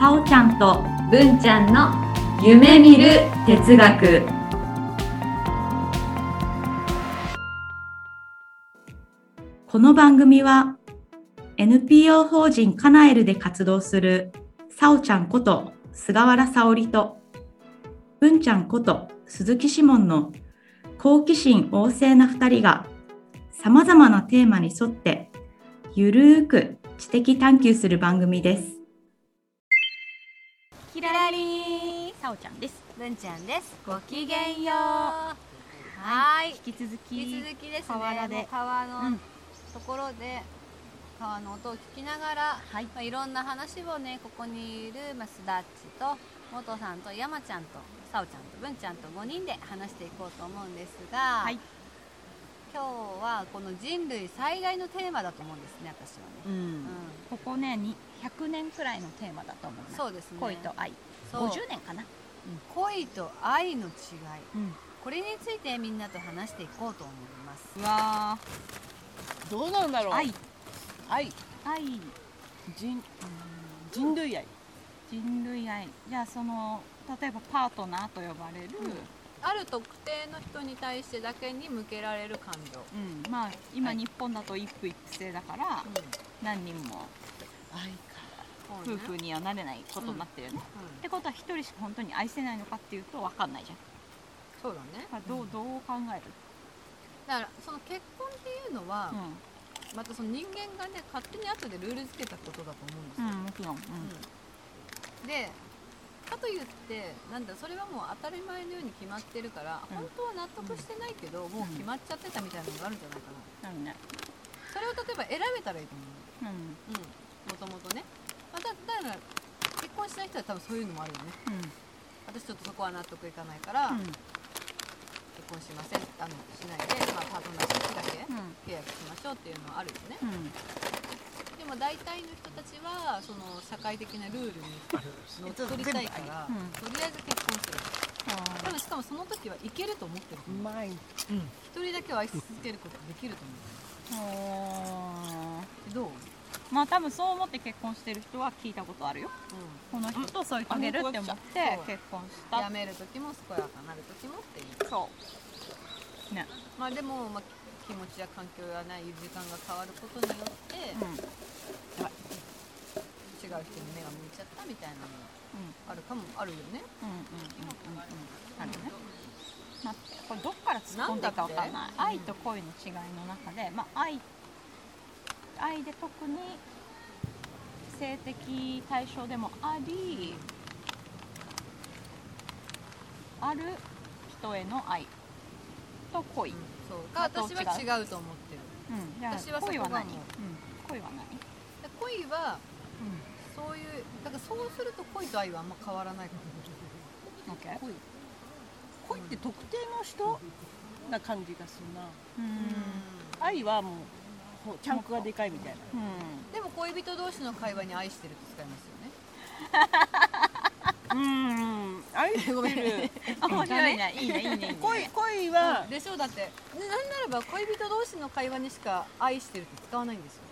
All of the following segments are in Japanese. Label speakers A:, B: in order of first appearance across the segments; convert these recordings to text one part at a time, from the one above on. A: さおちゃんと文ちゃんの夢見る哲学この番組は NPO 法人カナエルで活動するさおちゃんこと菅原沙織と文ちゃんこと鈴木志門の好奇心旺盛な2人がさまざまなテーマに沿ってゆるーく知的探求する番組です。
B: キララリーさおちゃんです
C: 文ちゃんです。ご
B: きげんよう
C: はーい。
B: 引き続き
C: 引き続きですね。
B: 河原で
C: もう川の、
B: うん
C: ところで川の音を聞きながら、
B: はい
C: まあいろんな話をねここにいるまあスダッチと元さんと山ちゃんとさおちゃんと文ちゃんと5人で話していこうと思うんですが、
B: はい
C: 今日はこの人類最大のテーマだと思うんですね私は
B: う
C: ね。
B: ん
C: う、
B: ここねに100年くらいのテーマだと思うなん
C: そうですね。
B: 恋と愛
C: そう
B: 50年かな
C: 恋と愛の違い。
B: うん
C: これについてみんなと話していこうと思います。
D: うわーどうなんだろう
B: 愛
D: 愛
B: 愛
D: 人うん人類愛
B: 人類愛じゃあその例えばパートナーと呼ばれる、
C: ある特定の人に対してだけに向けられる感情、
B: うんまあ今、
C: はい
B: 日本だと一夫一夫制だから何人も
D: 愛か
C: そう
B: 夫
C: ね
B: 婦にはなれないことになってるよね、ってことは一人しか本当に愛せないのかっていうと分かんないじゃん
C: そうだね
B: だからどう,、どう考える、
C: だからその結婚っていうのは、
B: う
C: またその人間がね勝手に後でルール付けたことだと思うんです
B: ん
C: よ、
B: うん、もちろん、うん
C: うんでかといってなんだそれはもう当たり前のように決まってるから、
B: うん
C: 本当は納得してないけど、もう決まっちゃってたみたいなのがあるんじゃないかな
B: なるね
C: それを例えば選べたらいいと思う
B: うん
C: もともとね、まあ、だだから結婚しない人は多分そういうのもあるよね
B: うん
C: 私ちょっとそこは納得いかないから、
B: うん
C: 結婚しませんあのしないで、まあ、パートナーシップだけ
B: うん
C: 契約しましょうっていうのはあるよね
B: うん
C: でも大体の人たちはその社会的なルールに乗っ取りたいから、
B: うん
C: とりあえず結婚する多分しかもその時はいけると思ってると
D: う
C: 思う
D: まい
C: 一人だけは愛し続けることできると
B: あ
C: 思うどう、
B: ーまあ多分そう思って結婚してる人は聞いたことあるよこの人と添い遂げるって思って結婚し
C: や
B: た
C: める時も健やかなる時もっていう
B: そうね
C: まあでも、まあ、気持ちや環境やない時間が変わることによって、
B: うんうん
C: 違う人に目が向いちゃったみたいなのもあるかもあるよね
B: うんうんうんうんうんあるねまあこれどっから突っ込んでいいかわかん
C: な
B: なん
C: だっ
B: い
C: て
B: 愛と恋の違いの中でまあ愛愛で特に性的対象でもありある人への愛と恋、うん
C: そうか
B: あと
C: 私は
B: 違
C: 違うと思ってる
B: じゃあ
C: 私はそこ
B: 恋
C: が
B: は何、
C: もう
B: 恋は何
C: で恋はそういうだからそうすると恋と愛はあんま変わらないかも
B: オッケー
D: 恋恋って特定の人な感じがするな
B: うん
D: 愛はもうこうチャンクがでかいみたいな
C: でも恋人同士の会話に愛してるって使いますよね
D: うん愛して
C: ごめん
D: る
B: うん面白いねいいねいいねいいね
D: 恋恋は
C: でしょうだってでなんならば恋人同士の会話にしか愛してるって使わないんですよ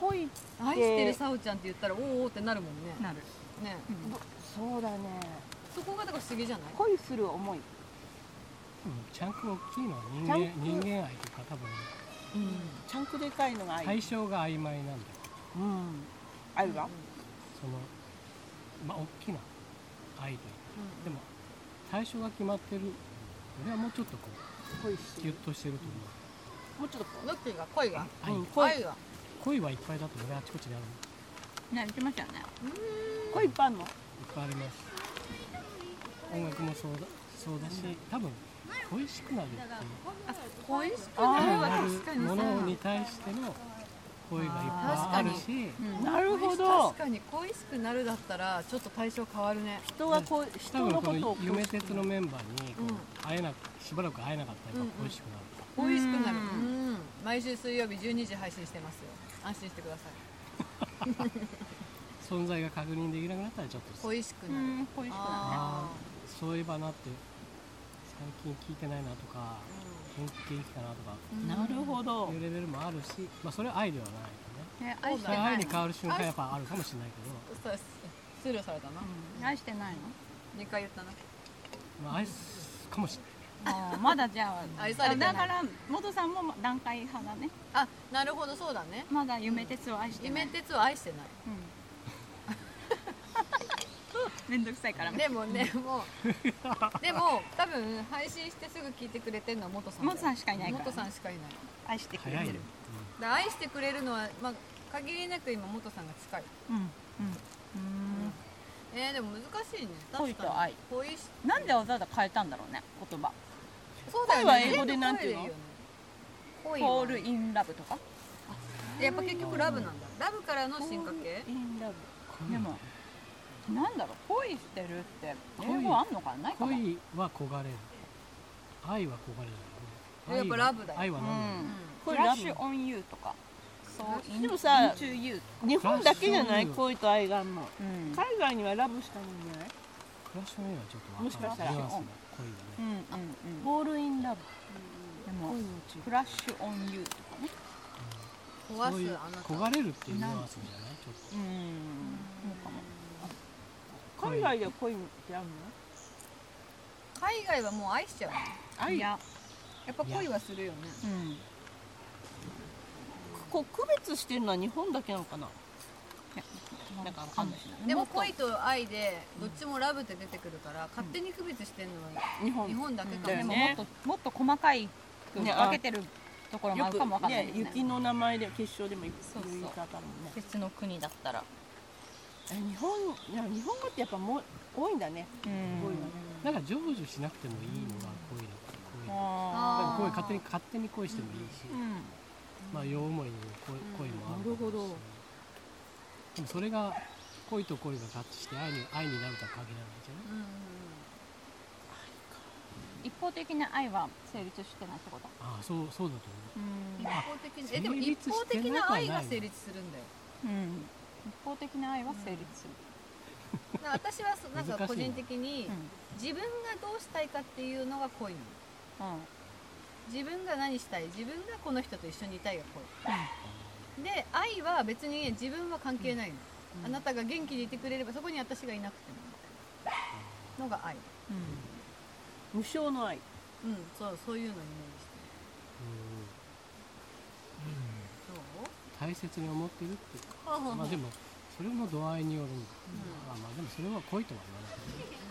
D: 恋
C: 愛してるさおちゃんって言ったらおーおーってなるもんね
B: なる、
C: ね
B: うん
D: そうだね
C: そこがだから不思議じゃない
D: 恋する思い
E: うんチャンク大きいのは人
D: チャ
E: 間
D: ン
E: 人
D: ク
E: 間愛というか多分
D: チャンクでかいのが愛
E: 対象が曖昧なんだよ
D: うん愛は
E: そのまあ大きな愛というかで
C: も
E: も対象が決まってる俺はもうちょっとこ
D: 恋し
E: う
D: て
E: ギュ
D: る
E: ッとしてると思う
D: もうちょっとこう
C: ノッキーが恋が
E: 愛
D: うん
C: 愛
D: 恋
C: が
E: 恋はいっぱいだと俺あちこちであるの
B: ね言
E: い
B: ってましたよね
D: 恋いっぱいあんの
E: っぱいあります音楽もそうだそうだし多分恋しくなるっていう
C: 恋しく
D: あ
C: な
D: ー
C: るは確かに
E: も
C: さ
E: のに対しての恋がいっぱいあるし
B: うん
D: なるほ
C: 恋し
D: ど
C: 確かに恋しくなるだったらちょっと対象変わるね
D: 人がこう
E: 多
D: 人
E: 分
D: の
E: こ
D: ことを
E: の
D: こう
E: 夢鉄のメンバーにこう
C: うん
E: 会えなしばらく会えなかったらやっぱ恋しくなる、
C: 恋しくなる
B: う
C: うん毎週水曜日12時配信してますよ安心してください
E: 存在が確認できなくなったらちょっと
C: 恋しく
B: う
C: なる、
B: ん恋しくなるね
C: あ
E: そういえばなって最近聞いてないなとか
C: ーうん
E: 本気で生きたなと
D: な
E: か
D: るほど
E: いうレベルもあるし、まあ、それは愛ではないよね
B: え愛し
E: そ
B: て
E: れは
B: な
E: 愛
B: い
E: に
B: の
E: 変わる瞬間やっぱあるかもしれないけ
C: そうですスルーされたな
B: うん愛してないの
C: 2回言ったな
E: ど、まあ、愛かもしれない
B: あーまだじゃあ
C: 愛されてない
B: だから元さんも段階派だね
C: あなるほどそうだね
B: まだ夢鉄を愛してない
C: 夢鉄は愛してない
B: うん めんどくさいから
C: でもね もうでも多分配信してすぐ聞いてくれてるのは元さんだよ
B: 元さんしかいないから
C: 元さんしかいない
B: 愛してくれ
E: 早い
B: て
E: ね
B: る、
C: だから愛してくれるのは、まあ、限りなく今元さんが近い
B: うんうん
C: えー、でも難しいね
B: 恋
C: 確
B: と
C: かに
B: 愛
C: 恋し
B: うんなんでわざわざ変えたんだろうね言葉
C: そうだよね
D: 恋は英語でなんていうの
C: 全部恋でいい
B: ホー
C: よね
B: ルインラブとか
C: 恋はやっぱ結局ラブなんだラブからの進化系
B: インラブ
E: うん
B: でもなんだろう恋してるって
E: 恋
B: 英語あんのかなないかも
E: 恋は焦がれる愛は焦がれるだよね
C: やっぱ
E: 愛は
C: ラブだよ
E: 愛は何だよ、
B: うん
D: こ
B: フ
D: れ
B: ラ
D: ラ
B: ッシュ
D: ブ
B: オンユーとかそう
D: でもさ
B: into you
D: 日本だけじゃない
E: フラッシュオ
D: 恋と愛
E: ンユー
D: があんの
B: うん
D: 海外にはラブしたのじゃない
E: フラッシュオンエアはちょっとわ
D: もしかしたら
E: ニュアンスが恋
B: う
E: がね
B: んうん
D: ボールインラブ
B: でもフラッシュオンユーとかね
C: 壊
E: そういう
C: すあなた
E: 焦がれるっていうニュアンスじゃないちょっ
B: うんそうかも
E: と
D: 海外では恋ってあるの
C: 海外はもう愛しちゃうね
B: いや
C: やっぱ恋はするよね
B: うん
D: こう区別してるのは日本だけなのかな
B: な
D: なんん
B: か
D: か
B: わ
D: わ
B: か
D: か
B: ん
D: ん
B: な
D: ないい
C: でも恋と愛でどっちもラブって出てくるから勝手に区別してる
D: 日
C: の
D: 本
C: は日本だけか
D: だ
C: も
D: よ
C: で
B: でも
C: も
B: もっ
D: ね
B: ともっと細かいく
D: ね
B: 分けてるところもあ
D: よ
B: るかもわか
D: く
B: んない
D: ね
B: ですね
D: 雪の名前で決勝でも言う
B: そうそう
D: 言い方あるもんね
B: 別の国だったら
D: え日本いや日本語ってやっぱもう多いんだね
B: う
D: 多いわね
B: ん
E: なんか成就しなくてもいいのが恋だ恋だ
B: あ
C: あ
E: だから恋
C: ー
E: 勝手に勝手に恋してもいいし、
B: ーうん
E: まあ両思いに恋恋もあるだろうし
D: なるほど
E: でもそれが恋と恋が合致して愛に愛になるとは限らないじゃない
C: うんうんうん
B: 一方的な愛は成立してないってこと
E: ああそうそうだと
B: う
E: 思
B: ん
C: 一方的に
E: あ
C: えでも
E: 成
C: 一
E: 立
C: 方
E: して
C: 的な
E: なくはない
C: 愛が成立するんだよ
B: うん一方的な愛は成立する
C: だから私はそなんか
E: 難
C: 個
E: しいね
C: 人的に自分がどうしたいかっていうのが恋なの
B: うん
C: 自分が何したい自分がこの人と一緒にいたいが恋で愛は別に自分は関係ないの、あなたが元気でいてくれればそこに私がいなくてものが愛
D: 無償の愛
C: うんそうそういうのをイメージして
E: う
C: どうん
E: 大切に思ってるっていうか
C: はは
E: まあでもそれも度合いによるんだ、
C: うん
E: あまあでもそれは恋とは言わ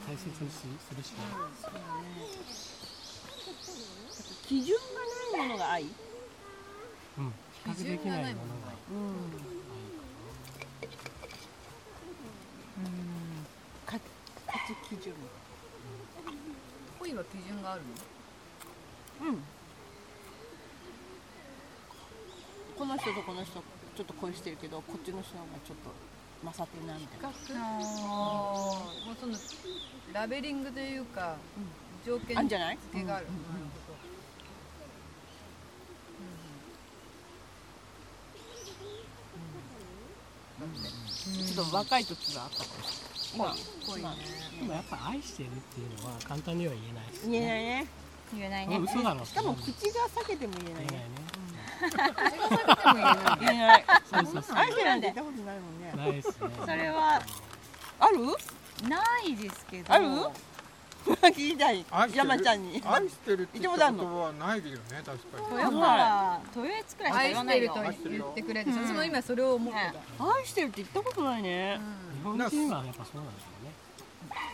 E: ない大切にしするしかない
D: 基準がないものが愛、
E: うん、比較できないものが
D: か価値基準
C: 恋は基準があるの
D: うんこの人とこの人ちょっと恋してるけどこっちの人の方がちょっと勝ってるなみたいな
C: ああもうそのラベリングというか、条件
D: あんじゃない
C: 付けがある、なるほど
D: ちょっと若い時があったから今
C: 恋ね、
E: でもやっぱ愛してるっていうのは簡単には言えないです
D: 言えないね
B: 言えない
E: ね
B: ね
E: 嘘だろ
D: しかも口が裂けても言えな
E: 言
D: い
E: え
D: ね
E: ない
C: 口が裂けても言えない
D: 言えない
E: ねそうそうそう
D: 愛してなんて言ったことないもんね
E: ないですね
B: それは
D: ある
B: ないですけど
D: ある聞きたい
F: 愛してる
D: 山ちゃんに
F: 愛してるって言ったことはないよね確かに
B: 豊川豊悦くらいしか
C: 愛
B: 言わ
C: し
B: な
C: て
B: い
C: る
B: よ
C: と言ってくれて、私も今それを思ってた、
D: 愛してるって言ったことないね
E: 日本人はやっぱそうなんですよね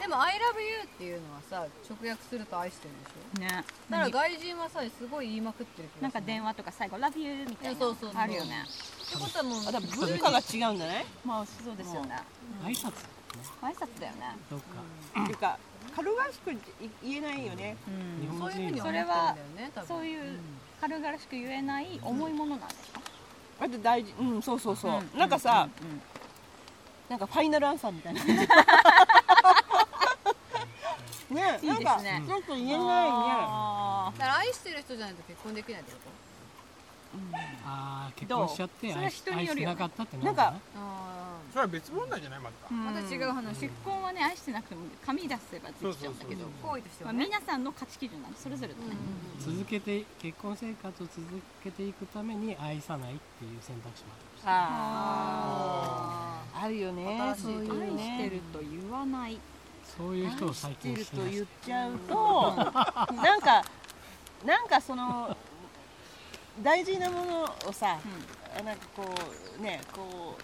C: でも「I love you」っていうのはさ直訳すると愛してるでしょ
B: ね
C: だから外人はさすごい言いまくってる気が
B: なん
C: する
B: か電話とか最後「Love you」みたいな
C: そうそうそう
B: あるよ
C: っ
B: ね
C: てことはもう
D: あだから文化が違うんじゃない
B: まあそうですよね
E: 挨拶ね
B: 挨拶だよね
E: どっか
D: っていうか軽々しく言えないよね
E: 日
C: そう
E: 本
C: いうふうに思
E: 人は
C: ってるんだよね多分
B: そういう軽々しく言えない重いものなんですか
D: あと大事うんそうそうそう、なんかさ、なんかファイナルアンサーみたいなね
B: いい
D: な
B: ですね
D: んかちょっと言えな
B: あ
C: だから愛してる人じゃないと結婚できないってこと
E: ああ結婚しちゃって愛し
B: それは人に
E: 愛
B: よ
E: し
B: る
E: て
B: よね
E: なかったって
D: いねな
E: なん
D: か
E: んか
C: あ
F: それは別問題じゃないまた、
B: ま
C: ま
B: た
C: た
B: 違
C: 違
B: う
C: う
B: 話
C: 話
B: 結婚はね愛してなくても紙出せばできちゃうんだけど
F: そうそうそう
C: 行為として
B: ま
C: は
B: あ、
C: ね
B: 皆さんの価値基準なのそれぞれだね、
E: 続けて結婚生活を続けていくために愛さないっていう選択肢もありました
D: ああるよねそういう
B: 愛
D: ね
B: してると言わない、
E: そういう人を最近
D: 愛
E: 知
D: し
E: り
D: てる
E: ま
D: と
E: し
D: 言ったちゃう となんかなんかその大事なものをさなんかこうねこう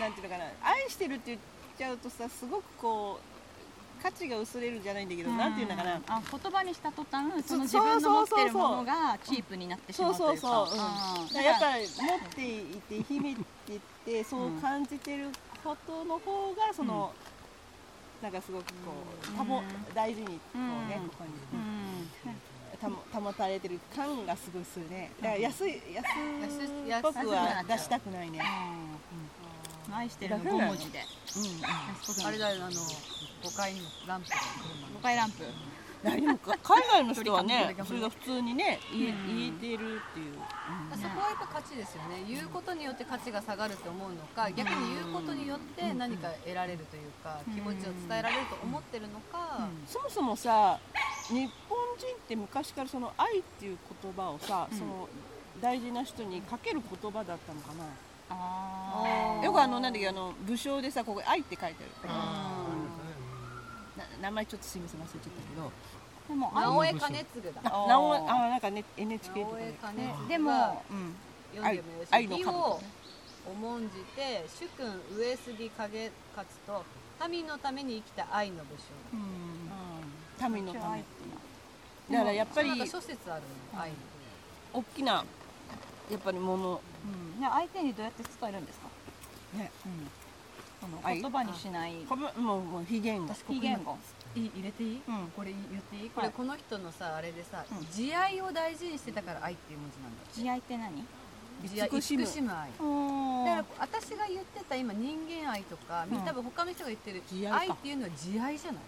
D: なんていうのかな愛してるって言っちゃうとさすごくこう価値が薄れるじゃないんだけど、なんていうんだかな
B: あ言葉にした途端そ
D: そ
B: の自
D: そう
B: 分の持ってる
D: そうそう
B: も
D: そう
B: のがチープになってしま
D: そうう
B: という
D: そ
B: うか
D: そう、うん
B: あー
D: やっぱり持っていて秘めててそう感じてることの方がその、なんかすごくこうたも、
B: うん
D: 大事にこうね、
B: うん
D: ここに
B: うん
D: たも保たれてる感がすごいするねだから安い安
C: 安
D: っぽくは
C: 安くなっちゃう
D: 出したくないね、
B: うん愛してるの5文字で
C: あれだよあの5階のランプが車の
B: 5回ランプ
D: いやでもか海外の人は
C: 距離
D: ね
C: 感
D: それが普通にね言え言えてるっていう、
C: そこはやっぱ価値ですよね言うことによって価値が下がると思うのか逆に言うことによって何か得られるというか気持ちを伝えられると思ってるのか
D: そもそもさ日本人って昔からその愛っていう言葉をさ、その大事な人にかける言葉だったのかな、
B: あ
D: よくあのなんだっけあの武将でさここ愛って書いてあ
F: あー
D: る、な名前ちょっとすみません忘れちゃったけど
B: でもあ
C: 直江兼次だ
D: あ
B: ー
D: なおあなんかね NHK とか
C: 直
D: で
C: 江兼次
B: で
C: で
B: も
C: も、
D: うん、
C: 読んでもよ
D: 愛
C: し
D: の
C: 義
D: 神
C: を重んじて主君上杉景勝と民のために生きた愛の武将
D: うん、民のためだからやっぱり
C: なんか諸説あるの愛の
D: 大きなやっぱりもの
B: うんで相手にどうやって伝えるんですか
D: ね
B: その
D: 愛
B: 言葉にしない
D: これもうもう非言語
B: 非言語
C: いい入れていい
D: うん
C: これ言っていいこ
B: は
C: れ
B: い
C: この人のさあれでさ
D: うん
C: 慈愛を大事にしてたから愛っていう文字なんだって
B: 慈愛って何
C: 慈愛
D: 慈しむ
C: 慈しむ愛だから私が言ってた今人間愛とか、
B: うん
C: 多分他の人が言ってる
D: 慈愛か
C: 愛っていうのは慈愛じゃない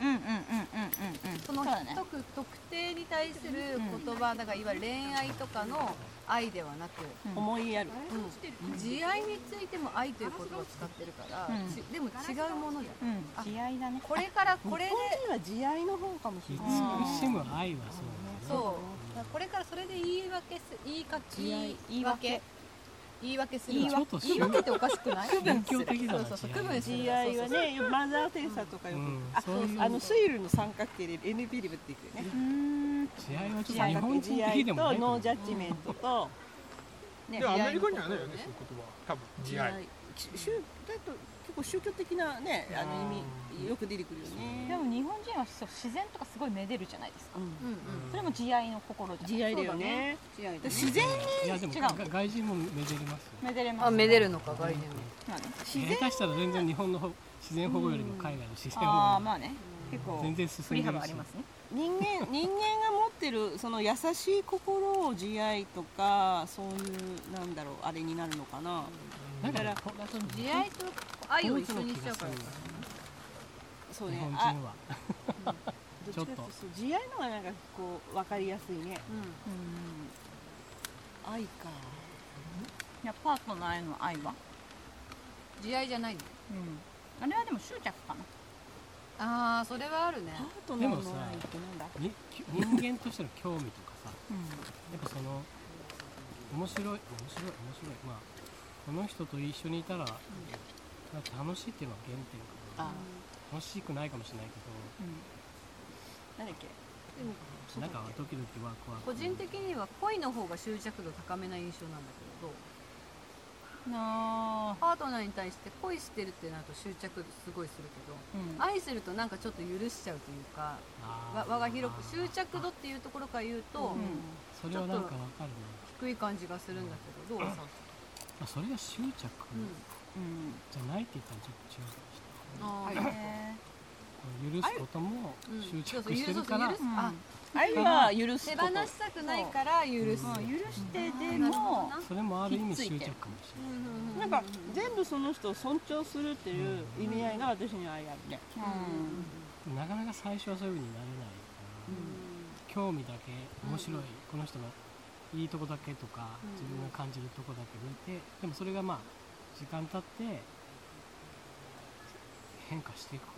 B: うんうんうんうんうんうん
C: その
B: そうだね
C: 特,、特定に対する言葉だからいわゆる恋愛とかの愛ではなく、
D: 思いやる
C: うん慈愛についても愛という言葉を使ってるから、
B: うん
C: ちでも違うものじゃん
B: うん慈愛だね
C: これからこれで
D: 日本人は慈愛の方かもしれない、
E: 慈しむ愛はそうだね
C: そうだからこれからそれで言い訳す言いか
B: 慈愛
C: 言い訳言い訳する
E: いやちょっと
C: 言い訳っておかしくない
E: 分する宗教的だな
C: そうそうそう区分する
D: 慈愛は
C: そうそう
D: ねマザー・テレサとかよく、
E: うん
D: あ
E: そういう
D: あのスイルの三角形で NP リブって言ってね、
B: うん
E: 慈愛はちょっと
D: 三
E: 日
D: 角形
E: 本人
D: 慈
E: 的
D: 愛
E: で
D: と
E: もないと思
D: ノ
E: う
D: ージャッジメントと、
C: ね慈愛のことを
F: でもアメリカにはないよねそういう言葉は多分慈愛
D: ち宗だと結構宗教的なねあの意味よく出てくるよね
B: でも日本人はそう自然とかすごいめでるじゃないですか
D: うん
C: うんうん
B: それも慈愛の心じゃない
D: 慈愛だよね
B: 慈愛だね
D: 自然
E: いやでも
B: 違う
E: が外人もめでれますよ
B: めでれます
C: あめでるのか外人も
B: まあね
E: 下手したら全然日本の方自然保護よりも海外の自然保
B: ああ
E: 護
B: まあね結
E: の方が
B: 構
E: 全然進ん
B: 振
E: で
B: り
E: る
B: 幅あ
E: し
B: りますね
D: 人間 人間が持ってるその優しい心を慈愛とかそういうなんだろうあれになるのかな、
E: だから
D: だ
E: こう
C: 慈愛と愛を一緒にしちゃうから
E: 同一の気がす
D: そう
E: 日
D: ね
E: 本人
D: あ
E: は
D: どっちかっていうとそう慈愛のがなんかこう分かりやすいね
C: う
D: 愛か
B: いやパートナーへの愛は
C: ん慈愛じゃないの
B: あれはでも執着かな
C: ああそれはあるね
D: パートナーの愛ってなんだ
E: に人間としての興味とかさやっぱその面白い面白い面白いまあこの人と一緒にいたらなんか楽しいっていうのは原点かな
D: あ
E: 楽しくないかもしれないけ
D: なんだっけ
E: どなんか時々ワクワク
C: 個人的には恋の方が執着度高めな印象なんだけど
B: な
C: パートナーに対して恋してるってなると執着すごいするけど愛するとなんかちょっと許しちゃうというかわ
E: あー
C: 輪が広く執着度っていうところから言うと
E: それはなんかわかるね
C: 低い感じがするんだけどどうさ
E: まあそれが執着じゃないって言ったらちょっと違うかもし
C: あ
B: あ
C: ー
B: ね
E: れない許すことも
C: うん
E: 執
C: そうそう
E: 着してるから
C: 許す許すあ
D: 愛は許す
C: 手
D: こ
C: 放
D: と
C: したくないから許す
E: うん
C: うん
B: 許して
C: な
B: で
C: るほど
B: も
C: な
E: それもある意味
D: ひっつい
E: 執
D: て
E: 着
D: る
E: かもしれない
D: なんか全部その人を尊重するっていう意味合いが私には愛あるね、
B: うん
E: なかなか最初はそういうふうになれないから、興味だけ面白い、この人のいいとこだけとか、自分が感じるとこだけ見てでもそれがまあ時間経って変化していくか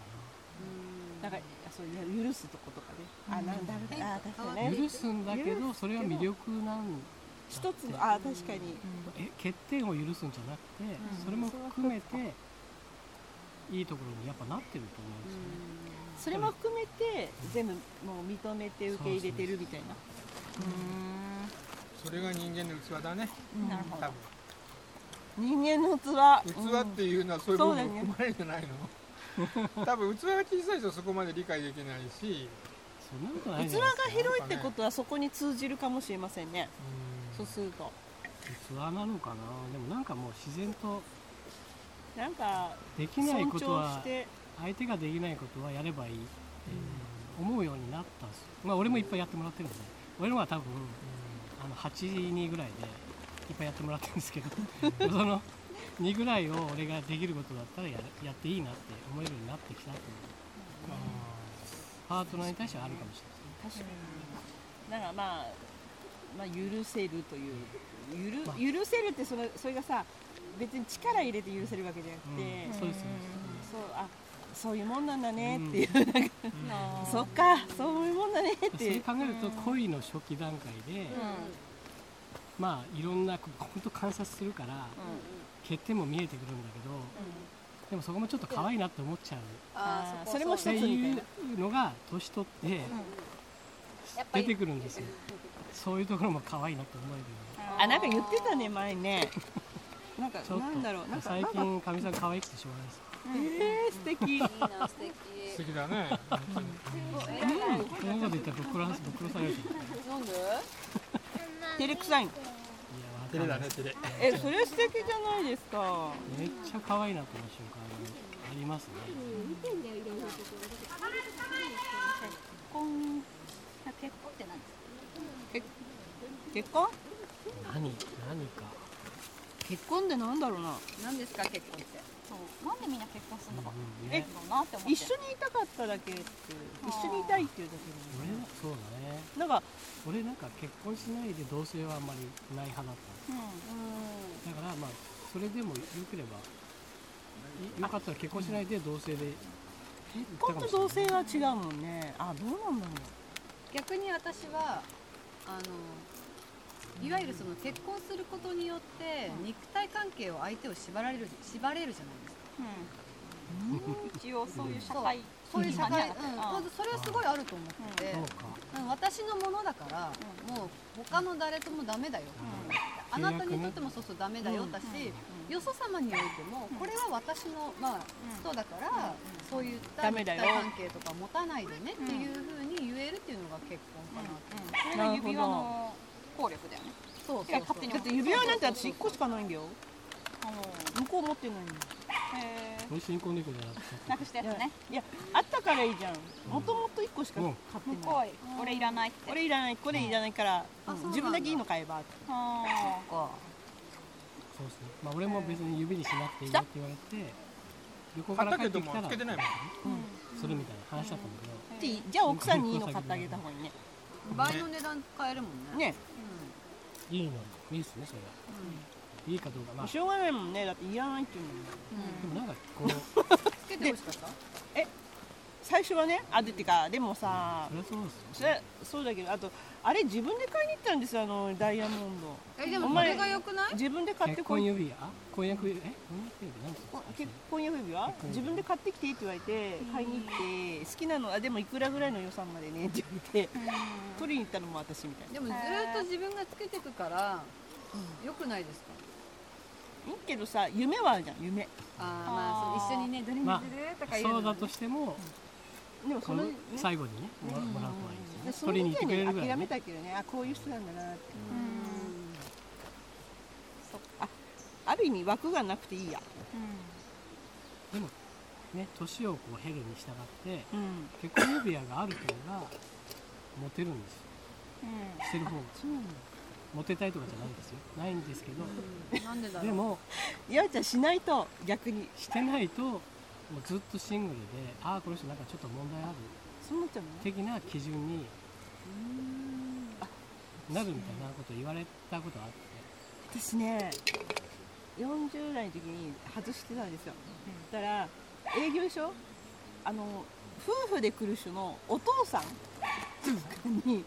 D: だからそういう許すとことかね、あなんだ
C: 変
D: あ
C: 化
D: 確かに
E: な
D: ね
E: 許すんだけどそれは魅力なん
D: 一つのあ確かに、
E: え欠点を許すんじゃなくて、それも含めていいところにやっぱなってると思うんですよね、
D: それも含めて全部もう認めて受け入れてるみたいな
F: それが人間の器だね
B: なるほど
F: 多
D: 人間の器
F: 分器っていうのはそういう部
D: そうだ
F: 分
D: よね
F: も含まれるんじ ゃないの多分器が小さい人はそこまで理解できないし
E: そんなことない
D: 器
E: じゃ
D: が
E: ないですか
D: 広いってことはそこに通じるかもしれませんね、
F: う
D: そ
F: ん
D: うすると
E: 器なのかなでもなんかもう自然と
D: なんか
E: できない
D: 尊
E: こと
D: 重し
E: は
D: て
E: 相手ができないことはやればいいって思うようになったんですよまあ俺もいっぱいやってもらってるんで俺の方が多分あの8人ぐらいでいっぱいやってもらってるんで すけどその2ぐらいを俺ができることだったらややっていいなって思えるようになってきたというパートナーに対してはあるかもしれないですね
D: 確かにだからまあ、まあ、許せるというゆる許せるってそのそれがさ別に力入れて許せるわけじゃなくて、
E: うんそうですそうです
D: そうあそういうもんなんだねっていう、
F: うん
D: そっかそういうもんだねっ
E: そ
D: て
E: れ
D: いう
E: 考えると恋の初期段階で、まあいろんなこう本当観察するから、欠点も見えてくるんだけど、でもそこもちょっと可愛いなって思っちゃう
D: あーそれ
G: れ
D: も
G: も
D: 一
E: っ
D: つ
E: て
D: みたい
E: い
D: な
E: うのが年取って
G: やっぱ
E: 出
G: り
E: てくるんですよそういうところも可愛いなって思えるよう
D: あなんか言ってたね前ねなんか
E: ちょっと
D: なんだろうなん
E: に
D: か
E: 最
D: なんか
E: 近かみさん可愛くてしょうがないです
D: えー、素敵
G: いいな素敵
F: 素敵だね
E: こんなこと言ったらぶっ殺らぶっ殺されると思うい
D: なんで照れくさいの
E: やわか
F: 照
E: ん
F: れ
E: な
F: だ
E: い
F: ね照れ
D: えそれ素敵じゃないですか
E: めっちゃ可愛いなと思う瞬間がありますね
G: 結婚って何ですか
D: 結婚
E: 何何か
D: 結婚ってなんだろうな
G: 何ですか結婚って
B: そうなんでみんな結婚するのかな
E: うん
B: だ
E: ね
B: ろうなって思って
D: 一緒にいたかっただけっていう一緒にいたいっていうだけ
E: 俺そうだね
D: でなんか
E: 俺なんか結婚しないで同棲はあんまりない派だったんですだからまあそれでもよければいよかったら結婚しないで同棲で結
D: 婚と同棲は違うもんねあどうなんだろ
C: 逆に私はあのいわゆるその結婚することによって肉体関係を相手を縛られる縛れるじゃないですか
B: 一応そういう社会
C: そういう社会、うん
B: そういう社会
C: まずそれはすごいあると思ってて
E: そうか
C: うん私のものだから、もう他の誰ともダメだよ、
E: うん
C: あなたにとってもそうそうダメだよだし、よそ様においてもこれは私の、まあ、人だから、そういった
D: ダ
C: 肉
D: メだ
C: 体
D: よ
C: 関係とか持たないでねっていうふうに言えるっていうのが結婚かなって、
B: それが指輪の効力だよね
C: そう
B: い
C: そ
B: や
C: うそう
B: 勝手に
D: うだって指輪なんて私1個しかないんだよ向こう持ってないんだよ
B: へ
E: 俺新婚猫じゃなく
B: ーなくしたやつね
D: いやあったからいいじゃんもともと1個しか買って
B: 向
D: ない
B: こう俺いらないって
D: これいらないこれいらないから、
C: あそうなんだ
D: 自分だけいいの買えばって
B: あー
E: そうですねまあ俺も別に指にしなくていいよって言われて横から帰
F: 畑
E: って
F: と
E: き
F: も
E: たら
F: つけてないもんね
E: するみたいな話だったんだけど、
D: でじゃあ奥さんにいいの買ってあげた方がいいね
C: 倍の値段買えるもんね
D: ね
E: いいのいいですねそれは、いいかどうかまあ
D: しょうがないもんねだっていらないっていうのに
E: でもなんかこうそ
C: つけてほしかった
D: 最初はねあでってかでもさ
E: りゃそうです
D: そ
E: よ
D: れそうだけどあとあれ自分で買いに行ったんですよあのダイヤモンド
C: えでも
D: お
C: こ
D: 前
C: れが良くない
D: 自分で買って
E: 結
D: こい
E: 婚
D: って
E: 指輪婚約指輪え婚約指輪何ですか
D: お結婚指輪
E: 婚指輪
D: 自分で買ってきていいって言われて買いに行って好きなのあでもいくらぐらいの予算までねって言って取りに行ったのも私みたいな
C: でもずーっと自分がつけていくから良くないですか
D: いいけどさ夢はあるじゃん夢
C: あーまあそう一緒にねどれに
E: まあ
C: するとかいう
E: そ
C: の
E: う
C: も
E: だとしても
D: でもそ
E: そ
D: の
E: の
D: ね
E: 最後にねもらもらうとはいい
D: で
E: です
D: そ
E: ね
D: の
E: 取り
D: 時
E: に行って
D: は
E: くれ
D: ね
E: るぐらい
D: 諦め
E: ね
D: たけどねあこういう人なんだなってそっかあある意味枠がなくていいや
E: でもね年をこう経るに従って
D: うん
E: 結婚指輪がある方がモテるんですよしてる方がモテたいとかじゃないんですよないんですけど
C: なんでだろ
E: で
C: う
E: も
D: 岩井ちゃんしないと逆に
E: してないともうずっとシングルでああこの人なんかちょっと問題ある
D: そうなっちゃうの
E: 的な基準になるみたいなこと言われたことあって
D: 私ね40代の時に外してたんですよ、だから営業所あの夫婦で来る人のお父さんとかに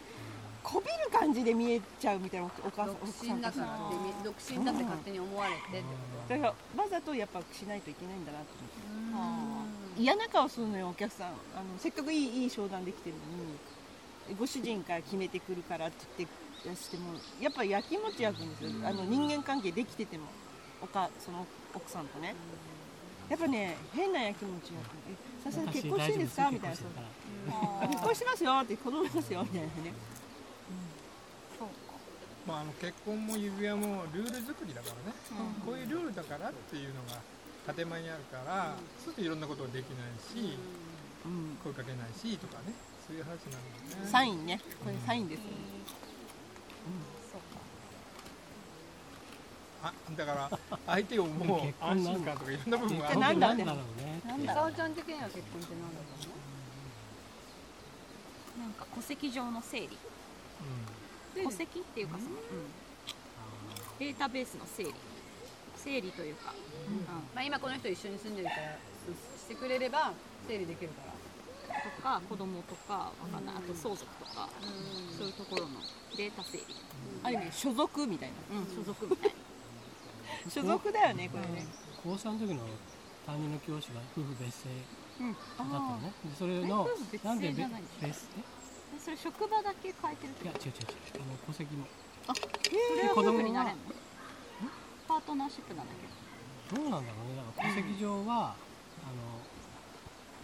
D: こびる感じで見えちゃうみたいなお母さん
G: 独身だからってみ独身だって勝手に思われてってこと
D: だからわざとやっぱしないといけないんだなと思って
G: うん
D: 嫌な顔するのよお客さんあのせっかくいいいい商談できてるのにご主人から決めてくるからって言ってしてもやっぱやきもち焼くんですよあの人間関係できててもおかその奥さんとねやっぱね変なやきもち焼くえ「ささん結婚していいですか?」みたいなそう「あ結婚してますよ」って「子供いますよ」みたいなね
F: まあ、あの結婚も指輪もルール作りだからね、こういうルールだからっていうのが建前にあるから、そうするといろんなことできないし、
D: うん
F: 声かけないしとかねそういう話になるもんね
D: サインねこれサインですよね
F: あだから相手をも う
E: 結婚
F: 安
E: なん
F: 心感とかいろんな部分があ
D: え
F: る
D: なんだ
E: なんだろうねって
G: さおちゃん的には結婚って何だと思う
B: なんか戸籍上の整理戸籍っていうかその、うん、データベースの整理整理というか
G: まあ今この人一緒に住んでるからすしてくれれば整理できるから
B: とか子供とかわかんないあと相続とかそういうところのデータ整理
D: ある意味所属みたいな、
B: 所属みたいな
D: 所属だよねこれね、
E: 高三の時の担任の教師が夫婦別姓だったのね、でそれ
B: え
E: の
B: 夫婦別
E: なんで
B: 姓じ
E: べ
B: ゃないの
E: 別
B: でそれ職場だけ変えてるって
E: えいや
B: こ
E: 違う違う違うあの戸籍も
B: とそれは
E: 子
B: 夫
E: 供
B: 婦にな
E: は
B: れるのパートナーシップなんだけど
E: どうなんだろうねだから戸籍上は、あの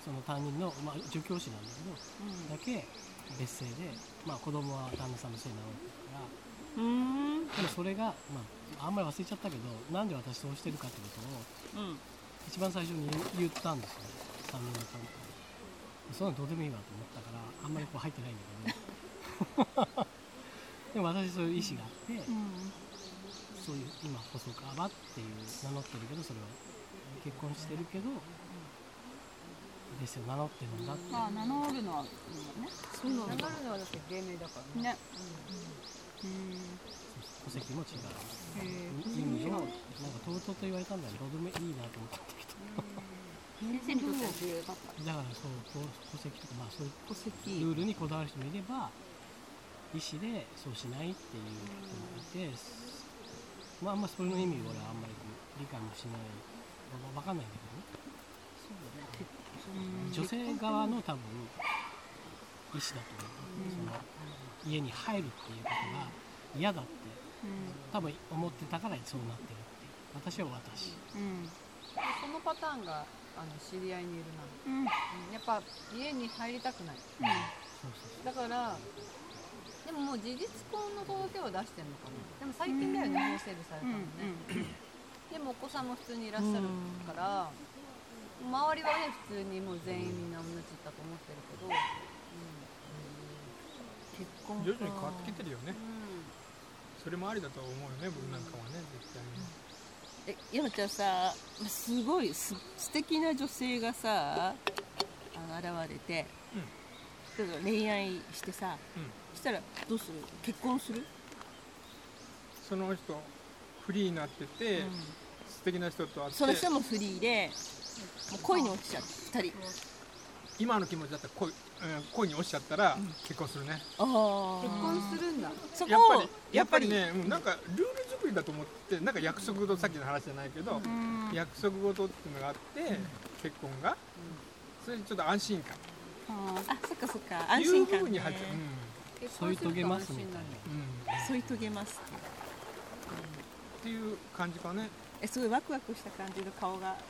E: その担任の、まあ、助教師なんだけど、だけ別姓で、まあ、子供は旦那さんの姓になるからでもそれが、まあ、あんまり忘れちゃったけどなんで私そうしてるかってことを
D: うんうん
E: 一番最初に言言ったんですよね3人の担当そんなのどうでもいいわと思ったからあんまりこう入ってないん だけどでも私そういう意思があって、そういう今細川っていう名乗ってるけどそれは結婚してるけどですよ名乗ってるんだって
B: まあ名乗るのはね
E: そういうの
G: 名乗るのはだって芸名だからね
B: ね
E: 戸籍も違う意味をなんか尊と言われたんだよどうでもいいなと思ったんだけど
B: 先生にとっては重要だった
E: だからそうこう戸籍とかまあそういう
D: 戸籍
E: ルールにこだわる人もいれば医師でそうしないっていう人もいて、まああんまそれの意味を俺はあんまりこう理解もしないわわかんないんだけどね女性側の多分医師だと思う、その家に入るっていうことが嫌だって多分思ってたからそうなってるっていう私は私、
C: そのパターンがあの知り合いにいるな、うん、やっぱ家に入りたくない
E: そうそう
C: だからでももう事実婚の届けは出してるのかなでも最近だよね法整備されたのね、でもお子さんも普通にいらっしゃるから、周りはね普通にもう全員みんな同じだと思ってるけど、
D: 結婚
F: 徐々に変わってきてるよねそれもありだと思うよね僕なんかはね絶対に、
D: え山ちゃんさすごいす素敵な女性がさあの現れて、ちょっと恋愛してさ、
F: うん
D: そしたらどうする結婚する
F: その人フリーになってて、素敵な人と会って
D: その人もフリーでもう恋に落ちちゃった2人
F: 今の気持ちだったら恋,、うん、恋に落ちちゃったら結婚するね、
C: 結
D: ああ
C: 婚するんだ
D: そこ
F: やっぱ
D: を
F: りやっぱりね、うんなんかルール作りだと思ってなんか約束事さっきの話じゃないけど、約束事っていうのがあって、結婚が、それでちょっと安心感
D: あそっかそっか安心
F: いうふう
D: 感、
F: に
D: ね、
F: 入って
C: 結
E: 添
C: 婚する
E: い遂げ
C: と
E: ま
C: 安
E: す
C: 心
E: みたい
C: に
E: な
C: なる
F: うん、うん、っ
D: 添い遂げます
F: ていう感じかね
D: えすごいワクワクした感じの顔が
F: こ